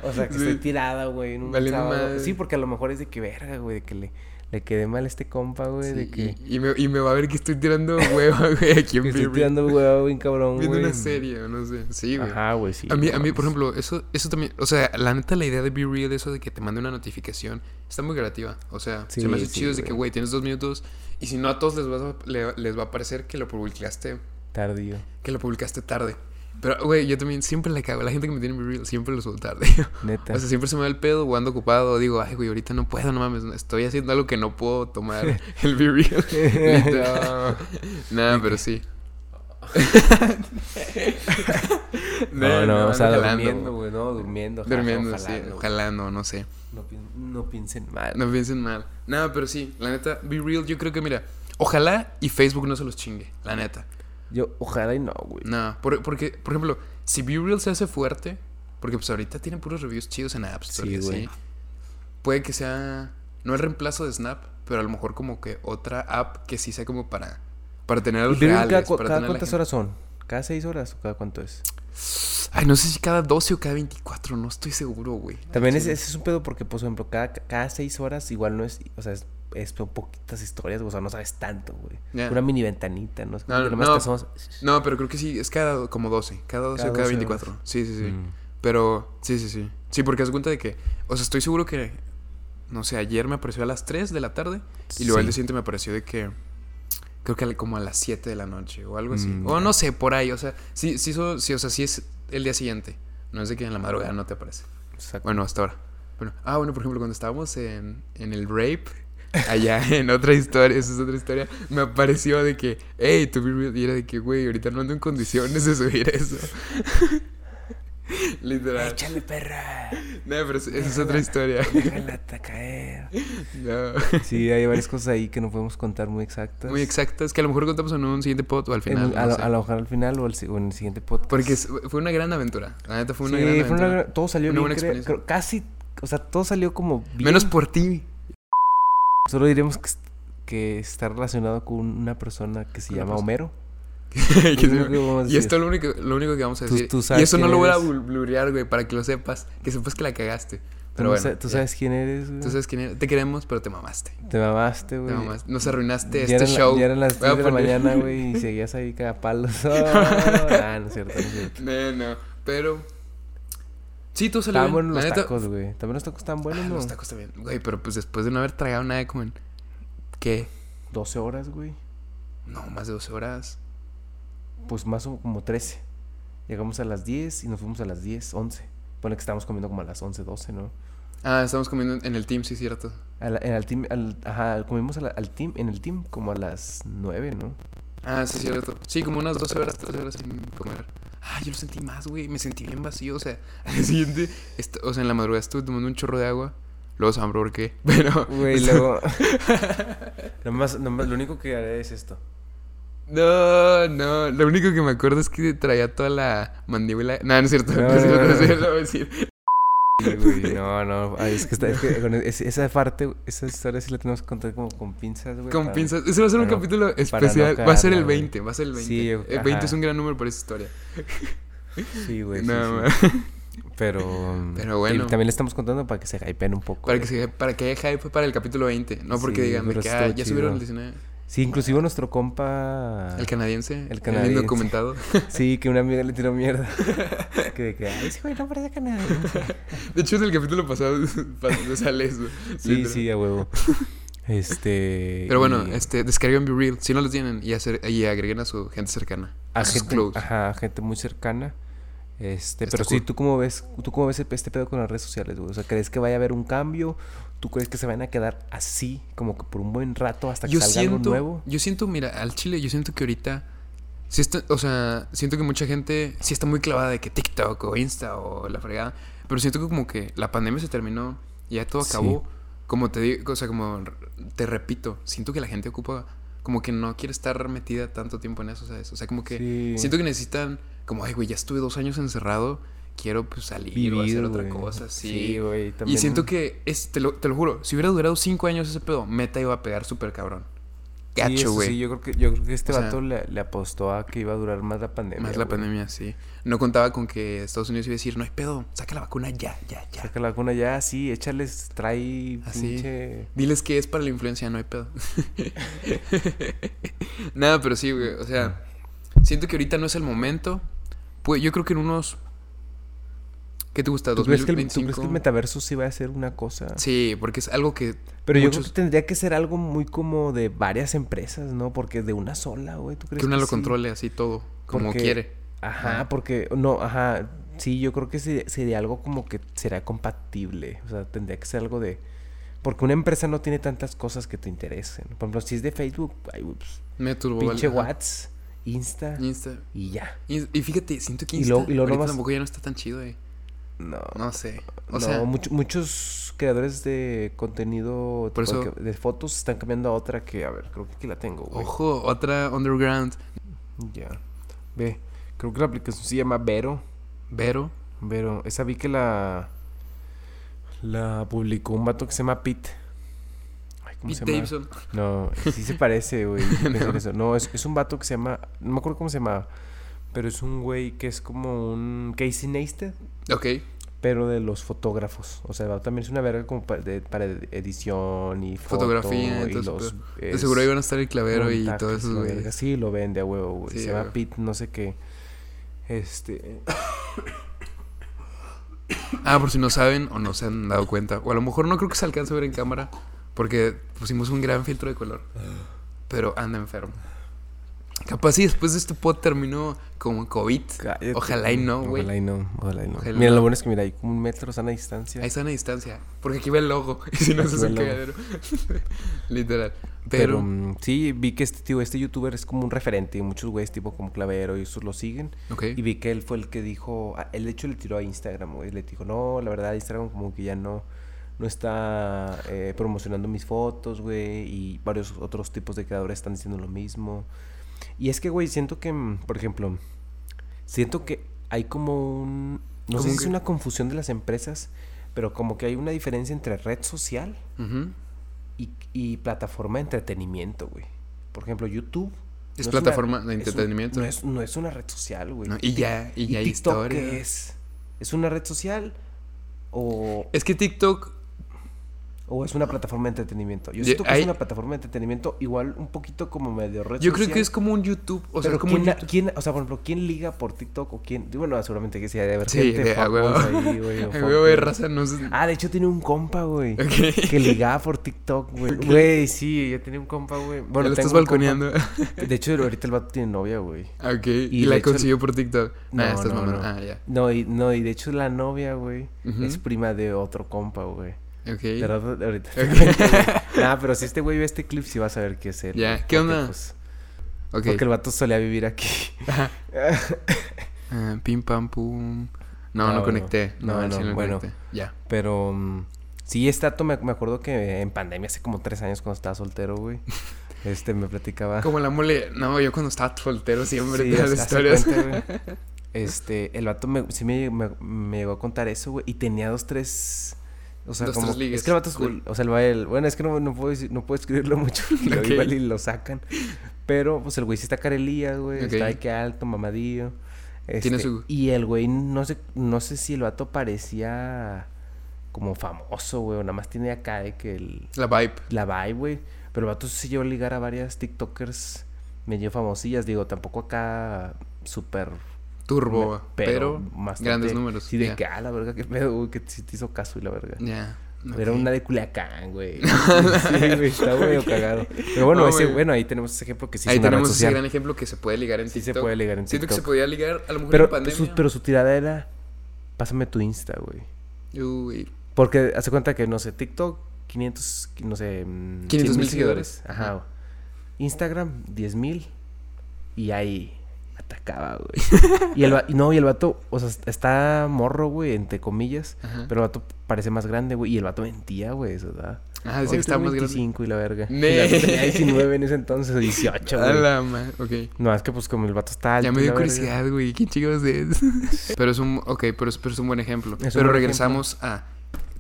O sea, que estoy
estoy
tirada, güey, en un
Valiendo
sábado.
madre.
Sí, porque a lo mejor es de que verga, güey, de que le, le quedé mal a este compa, güey, de que,
y, y me, y me va a ver que estoy tirando hueva, güey, aquí en
que estoy
Be Real.
tirando güey, bien cabrón, güey.
Viendo una serie, o no sé. Sí, güey.
Ajá, güey, sí.
A mí,
no
a mí, por
mames.
ejemplo, eso, eso también, o sea, la neta, la idea de Be Real, eso de que te mande una notificación, está muy creativa. O sea, se me
Sí,
hace
sí,
chido es de que,
güey.
güey, tienes dos minutos y si no a todos les, vas a- le- les va a parecer que lo publicaste,
Tardío.
que lo publicaste tarde. Pero, güey, yo también siempre la cago. La gente que me tiene en Be Real siempre lo subo tarde.
Neta.
o sea, siempre se me da el pedo o ando ocupado o digo, ay, güey, ahorita no puedo, no mames, estoy haciendo algo que no puedo tomar el Be Real. Literal. Nada, pero sí.
no, no, o sea,
ando jalando,
durmiendo, güey, no, durmiendo. ajá,
Durmiendo,
no,
sí,
jalando, güey.
jalando, no sé.
No, pin- no piensen mal.
No piensen mal. Nada, pero sí, la neta, Be Real, yo creo que, mira, ojalá y Facebook no se los chingue, la neta.
Yo, ojalá y no, güey.
No, por- porque, por ejemplo, si Be Real se hace fuerte, porque pues ahorita tienen puros reviews chidos en App Store y
Sí,
así,
güey.
puede que sea, no el reemplazo de Snap, pero a lo mejor como que otra app que sí sea como para, para tener a
¿Y
los
Be Real
reales,
cada, cu-
para
cada
tener a la
cuántas
gente.
horas son? ¿Cada seis horas o cada cuánto es?
Ay, no sé si cada 12 o cada 24, no estoy seguro, güey. Al
También ese
chile.
ese es un pedo porque, pues, por ejemplo, cada, cada seis horas igual no es, o sea, es, es po- poquitas historias, o sea, no sabes tanto, güey.
Ya.
Una mini ventanita, ¿no? Es como
No,
que
no,
nomás
no.
te asomas.
No, pero creo que sí, es cada como 12, cada 12
Cada
o cada
12
24.
horas.
Sí, sí, sí.
Mm.
Pero, sí, sí, sí. Sí, porque haz cuenta de que, o sea, estoy seguro que, no sé, ayer me apareció a las 3 de la tarde y luego al
Sí.
día siguiente me apareció de que, creo que al- como a las 7 de la noche o algo así.
Mm,
o
ya.
no sé, por ahí, o sea, sí, sí, so- sí, o sea, sí es el día siguiente. No es de que en la madrugada no te aparece.
Exacto.
Bueno, hasta ahora. Bueno, ah, bueno, por ejemplo, cuando estábamos en, en el rape, allá en otra historia, esa es otra historia, me apareció de que, hey, tu Be Real", y era de que, güey, ahorita no ando en condiciones de subir eso. Literal.
Échale, perra.
No, pero es- esa es otra historia.
Déjala hasta caer.
No.
Sí, hay varias cosas ahí que no podemos contar muy exactas.
Muy exactas, que a lo mejor contamos en un siguiente pod o al
En
final.
un- a,
no
lo-
sé.
a lo mejor al final o, al si- o en el siguiente podcast.
Porque es- fue una gran aventura. La neta fue una
Sí,
gran
fue
aventura.
una gran- todo salió
Una
bien,
buena
creo-
experiencia.
creo- casi, o sea, todo salió como bien.
Menos por ti.
Solo diremos que, es- que está relacionado con una persona que se
Con una
llama
persona.
Homero.
Que
Es lo
se-
único que podemos
Y
decir.
esto es lo único, lo único que vamos a
Tú-
decir.
tú sabes
y eso no
quién
lo voy a
eres.
blu- blurear, güey, para que lo sepas. Que sepas que la cagaste.
Tú
Pero
no
bueno.
sa- tú
ya.
sabes quién eres, güey.
Tú sabes quién eres. Te queremos, pero te mamaste.
Te mamaste,
Te
güey.
mamaste. Nos arruinaste
Ya
este
eran la-
show.
ya eran las
Voy a
3 de la
poner-
mañana, güey, y seguías ahí cada palo. ah, no es cierto, no es cierto.
No, no. Pero. Sí, tú salió
Estaban
bien.
buenos
la
los
neta-
tacos, güey. También los tacos estaban buenos,
Ah,
¿no?
Los tacos también. Güey, pero pues después de no haber tragado nada como en. ¿Qué?
12 horas, güey.
No, más de 12 horas.
Pues más o como 13. Llegamos a las 10 y nos fuimos a las 10, 11. Pone que estábamos comiendo como a las 11, 12, ¿no?
Ah, estamos comiendo en el team, sí, cierto.
Al, en el team, al- ajá, comimos a la- al team, en el team como a las 9, ¿no?
Ah, sí, cierto. Sí, como unas 12 horas, 13 horas sin comer. Ah, yo lo sentí más, güey. Me sentí bien vacío. O sea, al día siguiente, est- o sea, en la madrugada estuve tomando un chorro de agua. Luego se hambre, ¿por qué? Pero.
Güey, luego... nomás, nomás, lo único que haré es esto.
No, no. Lo único que me acuerdo es que traía toda la mandíbula. No, no es cierto. No,
No,
es cierto.
no, no,
No, es cierto,
no.
voy a decir.
güey. No, no. ay, es que, está- es que con e, es- esa parte, esa historia sí la tenemos que contar como con pinzas, güey.
Con
para-
pinzas. Ese va a ser un
para no-
capítulo
para no
especial. va a ser el
cagarla, güey.
20. Va a ser el 20.
Sí,
el 20 es
ajá.
un gran número para esa historia.
Sí, güey. sí, sí.
Nada más.
Pero.
Pero bueno.
y también le estamos contando para que se hypeen un poco.
Para que,
güey.
se, para que haya hype para el capítulo 20. No porque
Sí,
digan de
pero
que
estuvo
ah, ya subieron el
chido.
19.
Sí, inclusive nuestro compa.
El canadiense. El canadiense.
canadiense.
documentado.
Sí, que una amiga le tiró mierda. que de que, ay, ese güey no parece canadiense.
De hecho, es el capítulo pasado. pasado sale eso.
Sí,
Literal.
sí, a huevo. Este.
Pero bueno,
y
este, descarguen Be Real. Si no lo tienen, y, hacer, y agreguen a su gente cercana. A,
a
sus
gente,
close.
ajá, a gente muy cercana. Este,
Está
pero sí,
cool.
¿tú cómo ves, tú cómo ves este pedo con las redes sociales, güey? O sea, ¿crees que vaya a haber un cambio? ¿Tú crees que se van a quedar así, como que por un buen rato hasta que
Yo
salga algo
siento,
nuevo?
yo siento, mira, al Chile, yo siento que ahorita. Sí está, o sea, siento que mucha gente sí está muy clavada de que TikTok o Insta o la fregada. Pero siento que como que la pandemia se terminó y ya todo
Sí.
acabó. Como te digo, o sea, como r- te repito, siento que la gente ocupa. Como que no quiere estar metida tanto tiempo en eso, ¿sabes? O sea, como que
Sí.
siento que necesitan, como, ay, güey, ya estuve dos años encerrado, quiero pues salir o hacer otra
güey.
cosa, sí.
güey.
Y
también-
siento que, es, te, lo, te lo juro, si hubiera durado cinco años ese pedo, Meta iba a pegar súper cabrón.
Sí,
Gacho,
eso
güey.
Sí, yo creo que, yo creo que este
O sea-
vato le, le apostó a que iba a durar más la pandemia.
Más la
güey.
pandemia, sí. No contaba con que Estados Unidos iba a decir, no hay pedo, saca la vacuna ya, ya, ya.
Saca la vacuna ya, sí, échales, trae
Así.
pinche...
Diles que es para la influencia, no hay pedo. Nada, pero sí, güey. O sea, siento que ahorita no es el momento. Pues yo creo que en unos. ¿Qué te gusta?
¿Tú crees, que el, tú
¿2025?
crees que el metaverso sí va a ser una cosa?
Sí, porque es algo que.
Pero yo creo
muchos-
que tendría que ser algo muy como de varias empresas, ¿no? Porque de una sola, güey, ¿tú crees
Que uno lo
sí?
controle así todo, como
Porque-
quiere.
Ajá,
Ajá.
porque... No, ajá, sí, yo creo que se- sería algo como que será compatible. O sea, tendría que ser algo de... Porque una empresa no tiene tantas cosas que te interesen. Por ejemplo, si es de Facebook, ay, güey, pues,
Me turbo.
pinche
ajá.
Whats, Insta
Insta.
y ya.
Ins- Y fíjate, siento que
Y
Insta
luego- y luego
ahorita
nomás-
tampoco ya no está tan chido, eh.
No,
No sé. O
no,
sea,
mucho- muchos creadores de contenido
Por
tipo de
eso-
que- de fotos están cambiando a otra que, a ver, creo que aquí la tengo, güey.
ojo, otra underground.
Ya. Ve, creo que la aplicación se llama Vero.
Vero.
Vero, esa vi que la la publicó un vato que se llama Pete. Ay, ¿cómo
Pete
se llama?
Davidson.
No, sí se parece, güey. yo pensé en eso. No, es, es un vato que se llama, no me acuerdo cómo se llama, pero es un güey que es como un Casey Neistat.
Ok.
pero de los fotógrafos. O sea, también es una verga como pa- de- para, edición y foto
Fotografía,
y
entonces,
los...
De seguro ahí van a estar el clavero y
montajes
todo eso,
la
güey.
verga. Sí, lo vende a huevo, güey.
Sí,
Se
a
llama
huevo.
Pete, no sé qué. Este...
Ah, por si no saben o no se han dado cuenta. O a lo mejor no creo que se alcance a ver en cámara. Porque pusimos un gran filtro de color. Pero anda enfermo. Capaz si después de este pod terminó como COVID.
cállate,
Ojalá y no, güey.
Ojalá y no, ojalá y no.
Ojalá
mira,
no.
lo bueno es que mira, hay como un metro sana distancia.
Ahí están a distancia. Porque aquí va el logo. Y si no,
Aquí
eso es
va
un
el
cagadero. Literal.
Pero,
Pero.
mm, sí, vi que este tío, este youtuber es como un referente y muchos güeyes tipo como Clavero y esos lo siguen.
ok.
Y vi que él fue el que dijo, ah, él de hecho le tiró a Instagram, güey, le dijo, no, la verdad Instagram como que ya no, no está eh, promocionando mis fotos, güey, y varios otros tipos de creadores están diciendo lo mismo. Y es que, güey, siento que, mm, por ejemplo, siento que hay como un, no sé
Como
si es
que-
una confusión de las empresas, pero como que hay una diferencia entre red social
Ujú.
y, y plataforma de entretenimiento, güey. Por ejemplo, YouTube.
Es
no una-
plataforma de
es un-
entretenimiento.
no, es, no es una red social, güey.
No, y ya, y ya hay
TikTok
historia.
qué
Es?
es? ¿Es una red social o,
que TikTok,
o es una plataforma de entretenimiento? Yo
Ye-
siento que
hay-
es una plataforma de entretenimiento igual un poquito como medio red
yo
social.
creo que es como un YouTube. O sea,
pero
como
¿quién,
un
la-
YouTube.
quién- o sea, por ejemplo, ¿quién liga por TikTok o quién? Bueno, seguramente que sí, debe haber
Sí,
gente
de, a huevo.
fuckboys ahí, güey, o
A huevo de
fucking-
raza, no sé.
Ah, de hecho tiene un compa, güey.
Ok.
Que ligaba por TikTok, güey. Güey, sí, yo tenía un compa, güey.
Bueno,
Bueno,
lo estás
tengo un compa-
balconeando.
De hecho, ahorita el vato tiene novia, güey.
Ah, ok. Y,
de
la
hecho-
consiguió por TikTok. Nah,
No,
estás
no,
mamando.
no.
Ah, ya.
No, y, no, y de hecho la novia, güey,
Ujú.
es prima de otro compa, güey.
Ok.
De rato- de ahorita.
Ok.
Nah, pero si este güey ve este clip, sí va a saber qué es él.
Ya,
güey,
¿qué
porque,
onda?
pues,
ok.
Porque el vato solía vivir aquí.
Ah, pim pam pum. No,
Ah,
no
bueno.
conecté. No,
No,
al
no,
chile no
bueno.
conecté. Ya.
Pero mm, sí, este dato me, me acuerdo que en pandemia, hace como tres años cuando estaba soltero, güey, este me platicaba.
Como la mole. No, yo cuando estaba soltero siempre
Sí,
te las
hace- hace
historias.
cuenta, güey. Este, el vato me, sí me, me- me llegó a contar eso, güey. Y tenía dos, tres. O sea,
Dos,
como.
tres ligues.
Es que el vato. es-
Cool.
O sea, el, va- el- bueno, es que no, no puedo, decir- no puedo escribirlo mucho. y lo
Ok.
igual y lo sacan. Pero, pues el güey sí está carelía, güey.
Ok.
Está de que alto, mamadillo.
Tiene
este,
su-
Y el güey, no sé, no sé si el vato parecía como famoso, güey. O nada más tiene acá de que el
La vibe.
la vibe, güey. Pero el vato sí llegó a ligar a varias TikTokers medio famosillas. Digo, tampoco acá súper.
Turbo.
me-
Pero,
bastante-
grandes números.
Sí, de
ya.
que, ah, la verga, qué pedo, güey, que sí te hizo caso y la verga.
Ya,
Era
ok.
una de Culiacán, güey. Sí, güey, está medio cagado. Pero bueno,
No,
ese,
güey.
bueno, ahí tenemos ese ejemplo que sí es
Ahí
una red
tenemos ese
social.
gran ejemplo que se puede ligar en
Sí se
TikTok.
puede ligar en
Siento que se
TikTok.
podía ligar a lo mejor en
Pero
pandemia.
su, pero su tirada era, pásame tu Insta, güey.
Uy,
Porque hace cuenta que, no sé, TikTok, 500, no sé, mm,
500
100,000
mil seguidores.
Ajá.
Ajá.
Instagram, 10 mil. Y ahí atacaba, güey. y el va- y no, y el vato, o sea, está morro, güey, entre comillas.
Ajá.
Pero el vato parece más grande, güey. Y el vato mentía, güey, eso, ¿verdad?
Ah, decía que estaba más grande.
25 y la verga. Y
Ne.
el vato tenía 19 en ese entonces, o 18,
A
güey.
la ma- ok.
No, es que pues como el vato está alto.
Ya me
y
dio
la verga.
curiosidad, güey. ¿Qué chicos es? pero es un, ok, pero es, pero es un buen ejemplo.
Es un
pero
buen
regresamos a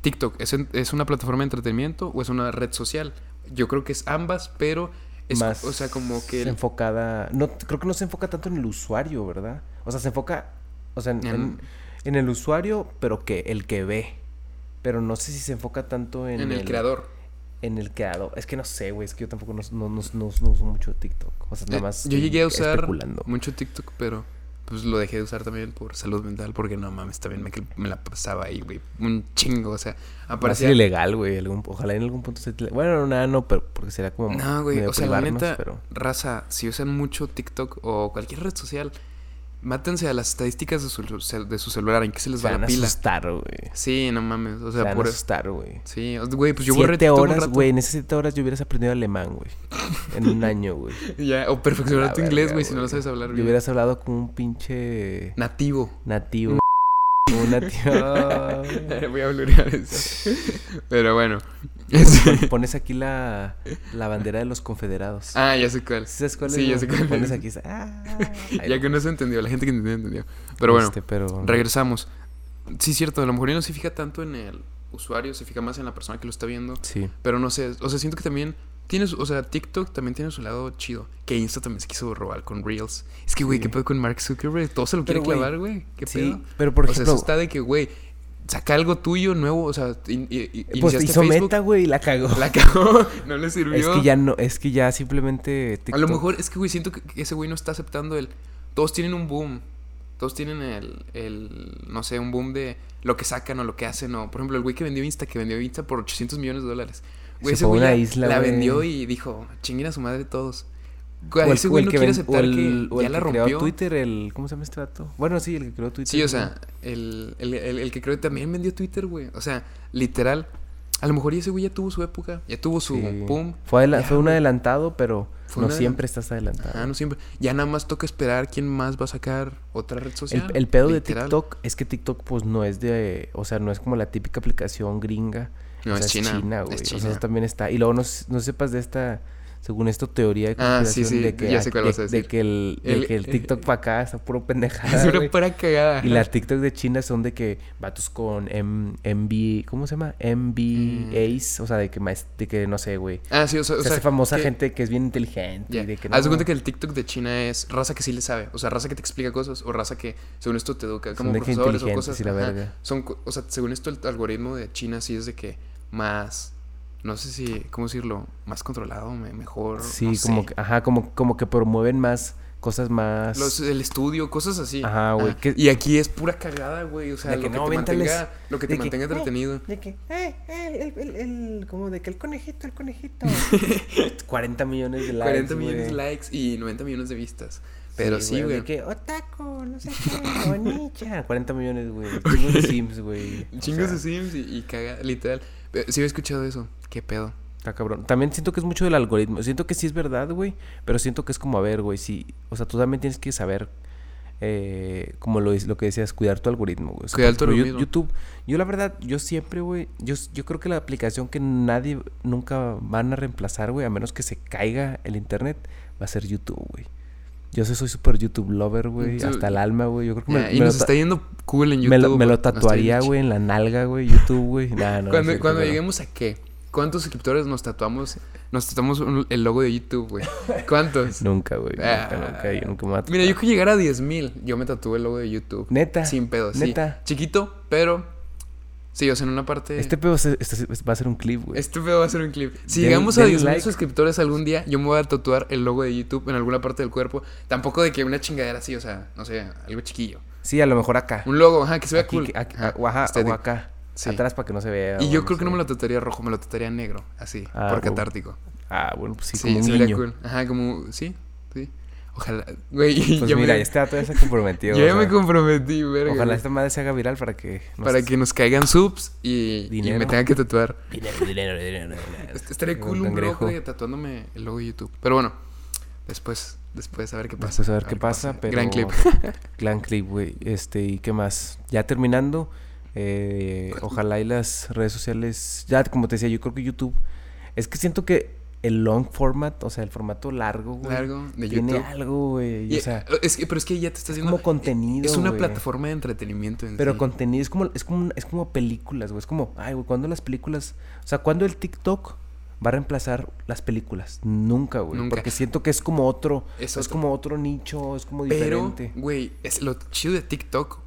TikTok. ¿Es, en- ¿Es una plataforma de entretenimiento o es una red social? Yo creo que es ambas, pero es,
más
o sea, como que el-
enfocada no creo que no se enfoca tanto en el usuario verdad o sea se enfoca o sea en,
En-
en- en el usuario pero que el que ve pero no sé si se enfoca tanto en,
en el creador.
en el creador es que no sé güey es que yo tampoco no, no, no- no- no uso mucho TikTok o sea nada
Eh,
más
Yo
estoy
llegué a usar
especulando
mucho TikTok, pero pues lo dejé de usar también por salud mental, porque no mames, también me, me la pasaba ahí, güey. Un chingo, o sea,
Parece
aparecía.
ilegal, güey. algún- Ojalá en algún punto se... tele- Bueno, nada, no, pero porque será como...
No, güey,
medio
o sea, la
privarnos,
neta,
pero-
raza, si usan mucho TikTok o cualquier red social, mátense a las estadísticas de su, cel- de su celular, en qué se les
Se
va
van
la
a
pues pila.
asustar, güey.
Sí, no mames, o
Se
sea,
van
por
a asustar, güey.
Sí, o- güey, pues yo borré
siete
TikTok un
horas,
rato.
güey. En esas siete horas yo hubieras aprendido alemán, güey. En un año, güey.
Ya, o
La
perfeccionar tu inglés,
verga,
güey, si no lo sabes hablar
Yo
bien.
hubieras hablado con un pinche
Nativo.
nativo. Como un
Ah.
nativo.
Voy a blurear eso. Pero bueno. Este-
Pones aquí la, la bandera de los confederados.
Ah, ya sé cuál.
¿Sí sabes cuál
sí,
es,
ya
no?
sé cuál
Pones
es.
aquí. esa- ah, ahí
Ya
va.
que no se entendió, la gente que entendió, entendió. Pero bueno,
Este, pero...
regresamos. Sí, cierto, a lo mejor ya no se fija tanto en el usuario, se fija más en la persona que lo está viendo.
Sí.
Pero no sé, o sea, siento que también tienes, o sea, TikTok también tiene su lado chido. Que Insta también se quiso robar con Reels. Es que, güey,
Sí.
¿qué pedo con Mark Zuckerberg? Todo se lo
Pero,
quiere
güey,
clavar, güey. ¿Qué
sí,
pedo?
pero por
o sea, eso
ejemplo...
está de que, güey, saca algo tuyo nuevo, o sea, in- i- i-
pues
iniciaste
hizo
Facebook,
meta, güey, y la cagó.
la cagó, no le sirvió.
Es que ya no... Es que ya simplemente...
A lo
TikTok-
mejor es que, güey, siento que que ese güey no está aceptando el. Todos tienen un boom. Todos tienen el, el. No sé, un boom de lo que sacan o lo que hacen. O, por ejemplo, el güey que vendió Insta, que vendió Insta por 800 millones de dólares. Güey,
Se fue
ese
a
güey
una
la,
isla,
la
güey.
vendió y dijo: chinguen a su madre todos.
O
Güey,
el-
ese
o
güey
el
no quiere
ven- o
aceptar
el-
que
o el
ya la
que creó
rompió.
Twitter, el... ¿Cómo se llama este vato? Bueno, sí, el que creó Twitter.
Sí, o
¿no?
sea, el, el, el- el que creo que también vendió Twitter, güey. O sea, literal. A lo mejor ese güey ya tuvo su época, ya tuvo su
Sí.
boom.
Fue, adela-
Ya,
fue un
güey.
adelantado, pero
Fue
no
un
siempre estás adelantado.
Ah, no siempre. Ya nada más toca esperar quién más va a sacar otra red
el,
social.
el pedo de
literal.
TikTok es que TikTok pues no es de, o sea, no es como la típica aplicación gringa.
No,
o sea,
es China.
güey.
Es
O
China.
sea, también está. Y luego no, s- no sepas de esta, según esto, teoría de
Ah, sí,
conspiración
sí,
de que,
ya
ah,
sé cuál
de-
vas a decir.
de que el, de
El- eh,
que el TikTok para acá está puro pendejada.
es una
güey.
pura cagada.
Y las TikTok de China son de que vatos con M, MB, ¿cómo se llama? MBAs, o sea, de que, maes- de que no sé, güey.
Ah, sí, Mm. o sea, o
se
sea,
hace famosa
que-
gente que es bien inteligente
ya.
y de que
Haz de
no-
cuenta que el TikTok de China es raza que sí le sabe. O sea, raza que te explica cosas o raza que según esto te educa. Como
de que
profesores o
inteligentes
cosas.
y la
ajá.
verga.
Son, co- o sea, según esto el algoritmo de China sí es de que más... No sé si... ¿Cómo decirlo? Más controlado, me- mejor.
Sí,
no sé.
como que, ajá, como, como que promueven más cosas más.
Los- el estudio, cosas así.
Ajá, güey, que-
Y aquí es pura cagada, güey. O sea,
De
lo
que
que,
no,
te
véntales,
mantenga, lo que
de
te
que,
mantenga
"Eh,
entretenido.
De que, eh, eh, el, el, el- como de que el conejito, el conejito. 40 millones de likes.
40 millones de
güey.
likes y 90 millones de vistas. Pero sí,
de
güey.
que, otaku, no sé qué, bonicha. 40 millones, güey. Chingos de Sims, güey. O
Chingos
sea,
de Sims y, y caga, literal. Eh, Sí, he escuchado eso. Qué pedo.
Está cabrón. También siento que es mucho del algoritmo. Siento que sí es verdad, güey. Pero siento que es como, a ver, güey, sí. O sea, tú también tienes que saber, eh, como lo, dice- lo que decías, cuidar tu algoritmo, güey. O sea,
Cuidar
por
tu
ejemplo, yo-
algoritmo.
YouTube, yo la verdad, yo siempre, güey, yo, s- yo creo que la aplicación que nadie nunca van a reemplazar, güey, a menos que se caiga el internet, va a ser YouTube, güey. Yo sí soy súper YouTube lover, güey.
Tú-
Hasta el alma, güey. Yo creo que me,
Ya,
me
y
lo
nos
ta-
está yendo cool en YouTube.
me lo, me lo
güey. Nos está yendo
tatuaría,
chido.
güey, en la nalga, güey. YouTube, güey. Nah, no, no es
Cuando,
cierto,
cuando
pero-
lleguemos a qué? ¿Cuántos suscriptores nos tatuamos? Nos tatuamos un- el logo de YouTube, güey. ¿Cuántos?
Nunca, güey. Nunca,
Ah.
nunca. Yo nunca me voy a
Mira, yo
tatuar.
que llegar a 10.000, yo me tatué el logo de YouTube.
Neta.
Sin pedo, sí.
Neta.
Chiquito, pero. Sí, o sea, en una parte.
Este
Este,
pedo se- este va a ser un clip, güey.
pedo va a ser un clip. Si
Den-
llegamos a
denle
10.000
like.
suscriptores algún día, yo me voy a tatuar el logo de YouTube en alguna parte del cuerpo. Tampoco de que una chingadera así, o sea, no sé, algo chiquillo.
Sí, a lo mejor acá.
Un logo, ajá, que se vea
Aquí,
cool.
que- aquí-
Ajá,
o ajá, este
estético.
o acá.
Sí.
Atrás para que no se vea.
Y
o
yo creo que no me
sé.
lo tatuaría rojo, me lo tatuaría negro, así,
Ah,
por
huevo.
catártico.
Ah, bueno, pues sí,
Sí,
como un
sería
niño.
cool. Ajá, como, sí, sí. Ojalá, güey,
Pues
ya
mira,
me,
ya este dato ya se comprometió.
yo
o
ya me
sea,
comprometí, verga.
Ojalá
güey.
esta madre se haga viral para que... nos-
Para que nos caigan subs y, y me
Dinero.
tenga que tatuar.
Dinero, dinero, dinero, dinero.
Est- Estaría
Un
cool un blog,
cangrejo.
güey, tatuándome el logo de YouTube. Pero bueno, después, después a ver qué pasa.
Después a ver qué pasa, pero...
Ah, Gran clip.
Gran clip, güey. Este, ¿y qué más? Ya terminando, eh, ojalá y las redes sociales... Ya, como te decía, yo creo que YouTube... Es que siento que el long format, o sea, el formato largo, güey...
Largo de
tiene
YouTube.
algo, güey. y,
Y-
O sea,
es que, pero es que ya te estás viendo.
como contenido,
Es una
güey.
plataforma de entretenimiento en
Pero
sí.
contenido, es como, es como, un- es como películas, güey. Es como, ay, güey, ¿cuándo las películas? O sea, ¿cuándo el TikTok va a reemplazar las películas? Nunca, güey.
Nunca.
Porque siento que es como otro,
Es
es,
otro.
como otro nicho, es como
Pero,
diferente.
güey, es lo chido de TikTok,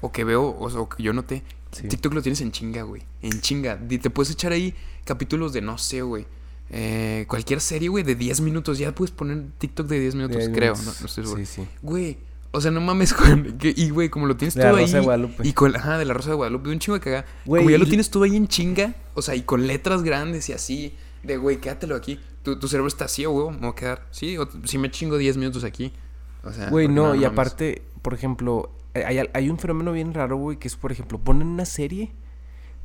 o que veo, o, sea, o que yo noté,
Sí.
TikTok lo tienes en chinga, güey. En chinga. Y te puedes echar ahí capítulos de, no sé, güey. eh, cualquier serie, güey, de 10 minutos. Ya puedes poner TikTok de 10 minutos,
Hay
creo.
unos-
No, no estoy seguro.
Sí, sí.
Güey, o sea, no mames con... que- y, güey, como lo tienes
De la
todo ahí...
Rosa de Guadalupe.
Y con, ajá, de la Rosa de Guadalupe. Un chingo de cagada.
Güey,
Como ya lo
y-
tienes todo ahí en chinga. O sea, y con letras grandes y así. De, güey, quédatelo aquí. Tu, tu cerebro está así, güey. Me voy a quedar. Sí, o- si me chingo 10 minutos aquí. O sea...
Güey,
porque
Ah, no, y
Ah, mames.
aparte, por ejemplo, eh, hay, hay- hay un fenómeno bien raro, güey, que es, por ejemplo, ponen una serie,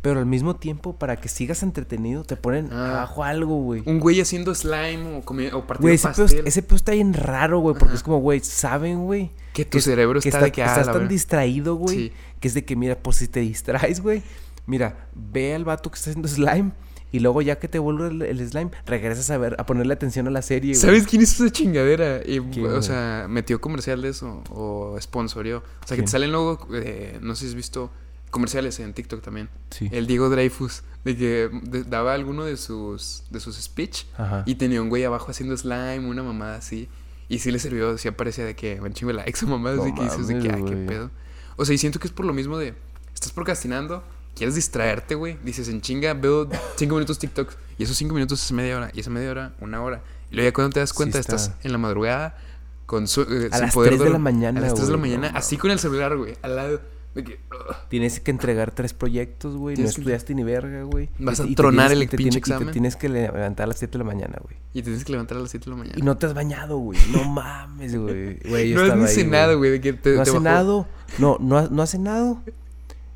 pero al mismo tiempo, para que sigas entretenido, te ponen
Ah.
abajo algo, güey.
Un güey haciendo slime o, comi- o partiendo
Güey, ese pedo,
pastel.
ese pedo está bien raro, güey, porque
Ajá.
es como, güey, ¿saben, güey?
Que tu cerebro está, de que... ah,
estás
la
tan
verga.
distraído, güey,
Sí.
que es de que, mira, por si te distraes, güey, mira, ve al vato que está haciendo slime y luego ya que te vuelve el, el slime, regresas a ver, a ponerle atención a la serie, güey.
¿Sabes quién hizo esa chingadera? Y,
¿Quién,
o
güey?
sea, metió comercial de eso o sponsorió. O sea, que
¿Quién?
te salen luego, eh, no sé si has visto comerciales en TikTok también.
Sí.
El Diego Dreyfus, de que de- daba alguno de sus, de sus speech
Ajá.
y tenía un güey abajo haciendo slime, una mamada así. Y sí le sirvió, sí aparecía de que, bueno, chingo la ex mamada,
No
así que dices de que, ah,
mames,
qué
güey.
pedo. O sea, y siento que es por lo mismo de, estás procrastinando, quieres distraerte, güey. Dices, en chinga, veo cinco minutos TikTok. Y esos cinco minutos es media hora. Y esa media hora, una hora. Y luego ya cuando te das
Sí
cuenta,
está.
estás en la madrugada, con su, eh,
A
sin
las
poder
3 de
dormir.
la mañana,
A las 3 de la
güey, no
mañana, así con el celular, güey, al lado. De que, ugh.
Tienes que entregar tres proyectos, güey, no
Tienes que-
estudiaste ni verga, güey.
Vas
y-
a
y te
tronar
tienes-
el
y te
pinche
tiene- Y
examen.
te tienes que levantar a las 7 de la mañana, güey.
Y te tienes que levantar a las 7 de la mañana.
Y no te has bañado, güey. No mames, güey. Güey, yo
no has
estaba
ni
ahí,
cenado, güey. de que te-
No has
te bajó-
cenado. No, no has, no has cenado.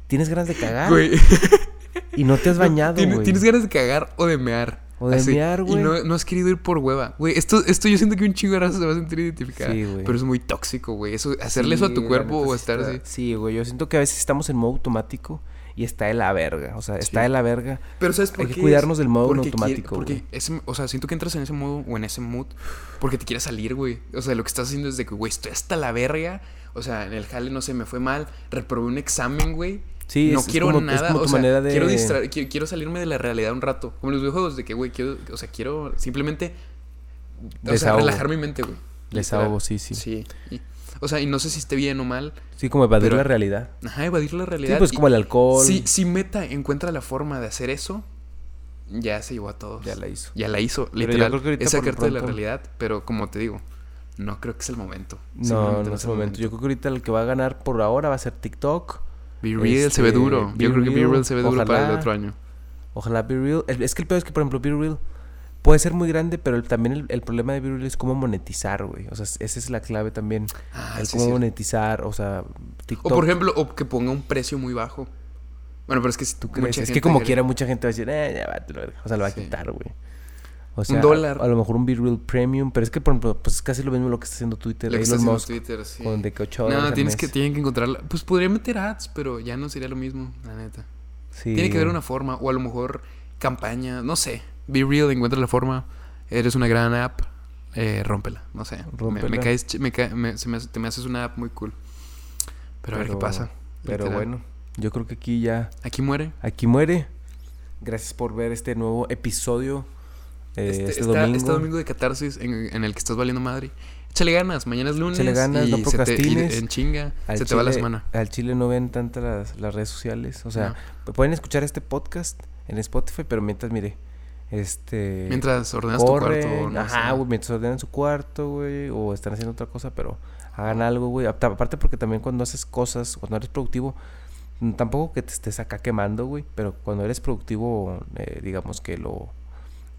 Tienes ganas de cagar.
Güey.
Y no te has bañado,
Tiene-
güey.
Tienes ganas de cagar o de mear.
O de mear,
Y
güey.
no, no has querido ir por hueva. Güey, esto, esto yo siento que un chingo de raza se va a sentir identificada.
Sí, güey.
pero es muy tóxico, güey. Eso, hacerle eso a
Sí,
tu
la
cuerpo
neta
o
sí
estar
está-
así.
Sí, güey. Yo siento que a veces estamos en modo automático y está de la verga. O sea, está
Sí.
de la verga.
Pero ¿sabes por
Hay
qué?
que
es?
cuidarnos del modo en
quiere-
automático,
porque
güey.
ese- o sea, siento que entras en ese modo o en ese mood porque te quieres salir, güey. O sea, lo que estás haciendo es de que, güey, estoy hasta la verga. O sea, en el jale, no sé, me fue mal. Reprobé un examen, güey.
Sí,
no
es- es
quiero
como- es
nada.
como
o
tu
sea,
manera de-
quiero, distraer- quiero, quiero salirme de la realidad un rato. Como los videojuegos de que, güey, quiero, o sea, quiero simplemente o sea,
Desahogo.
relajar mi mente, güey.
Desahogo,
Literal.
sí, sí. Sí,
Sí. y- o sea, y no sé si esté bien o mal.
como evadir
Pero-
la realidad.
Ajá, evadir la realidad.
Sí, pues
y-
como el alcohol.
si, si Meta encuentra la forma de hacer eso, ya se llevó a todos.
Ya la hizo.
Ya la hizo,
yo
literal.
creo que ahorita
es
por lo
sacarte de la
pronto-
realidad, pero como te digo, no creo que es el momento.
No,
Simplemente
no es el momento. Yo creo que ahorita el que va a ganar por ahora va a ser TikTok.
Be Real se ve
Este,
duro.
Be
Yo creo que Be
Real,
Real se ve duro para el
ojalá.
otro año.
Ojalá Be Real. Es es que el peor es que, por ejemplo, Be Real puede ser muy grande, pero el- también el, el problema de Be Real es cómo monetizar, güey. O sea, es- esa es la clave también.
Ah,
el
sí,
cómo
sí.
monetizar, o sea,
O
TikTok.
por ejemplo, o que ponga un precio muy bajo. Bueno, pero es que si tú
¿crees? Es que como quiera mucha gente va a decir, eh, ya va, o sea, lo va
Sí.
a quitar, güey. O sea,
dólar.
a lo mejor un Be Real Premium, pero es que, por ejemplo, pues es casi lo mismo lo que está haciendo Twitter,
Lo que está
Elon
haciendo
Musk,
Twitter, sí.
con de que ocho dólares
No,
al
tienes que,
mes.
tienen que encontrarla. Pues podría meter ads, pero ya no sería lo mismo, la neta.
Sí,
Tiene que haber
güey.
una forma, o a lo mejor campaña, no sé. Be real, encuentra la forma. Eres una gran app. eh, rómpela, no sé. Me- Me,
Rómpela.
caes, ch- me ca- me- se me hace- te me haces una app muy cool. Pero, a ver qué
Pero-
pasa.
Pero
literal.
bueno, yo creo que aquí ya,
Aquí muere.
aquí muere. Gracias por ver este nuevo episodio eh, este,
Este, está-
domingo.
este domingo de catarsis en, en el que estás valiendo madre. Échale ganas, mañana es lunes.
Échale ganas, no
y se te- y
procrastines.
en chinga,
Al
se te va la
chile-
semana.
Al Chile no ven tantas las, las redes sociales. O sea, pueden escuchar este podcast en Spotify, pero mientras, mire, este...
Mientras ordenas tu cuarto.
corren,
no
ajá,
sé.
güey, mientras ordenan su cuarto, güey, o están haciendo otra cosa, pero hagan algo, güey. Apta- Aparte porque también cuando haces cosas, cuando eres productivo, mm, tampoco que te estés acá quemando, güey, pero cuando eres productivo, eh, digamos que lo...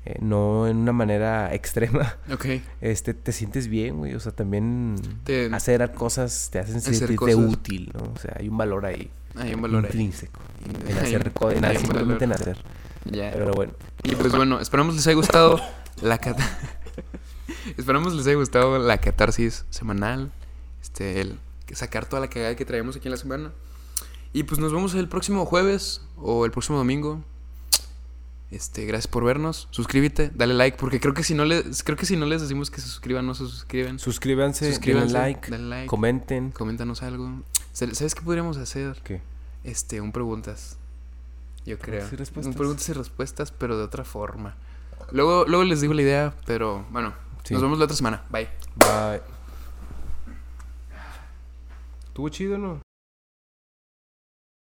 eh, no en una manera extrema,
Ok.
este, te sientes bien, güey, o sea, también
Te-
hacer cosas te hacen
Hacer
sentirte
cosas.
útil, ¿no? O sea, hay un valor ahí,
Hay un valor ahí.
intrínseco,
Hay
en
un-
hacer, co- en
hay
hacer-
un valor.
simplemente en hacer,
Ya.
pero bueno.
Y pues bueno, esperamos les haya gustado la cata- esperamos les haya gustado la catarsis semanal, este el sacar toda la cagada que traemos aquí en la semana. Y pues nos vemos el próximo jueves o el próximo domingo. Este, gracias por vernos. Suscríbete, dale like porque creo que si no les creo que si no les decimos que se suscriban, no se suscriben.
Suscríbanse,
Suscríbanse,
denle like,
dale like,
comenten.
coméntanos algo. Se- ¿Sabes qué podríamos hacer?
¿Qué?
Este, un preguntas. Yo creo.
Preguntas y
Un
respuestas.
preguntas y respuestas, pero de otra forma. Luego, luego les digo la idea, pero bueno,
Sí.
nos vemos la otra semana. Bye.
Bye. ¿Estuvo chido, no?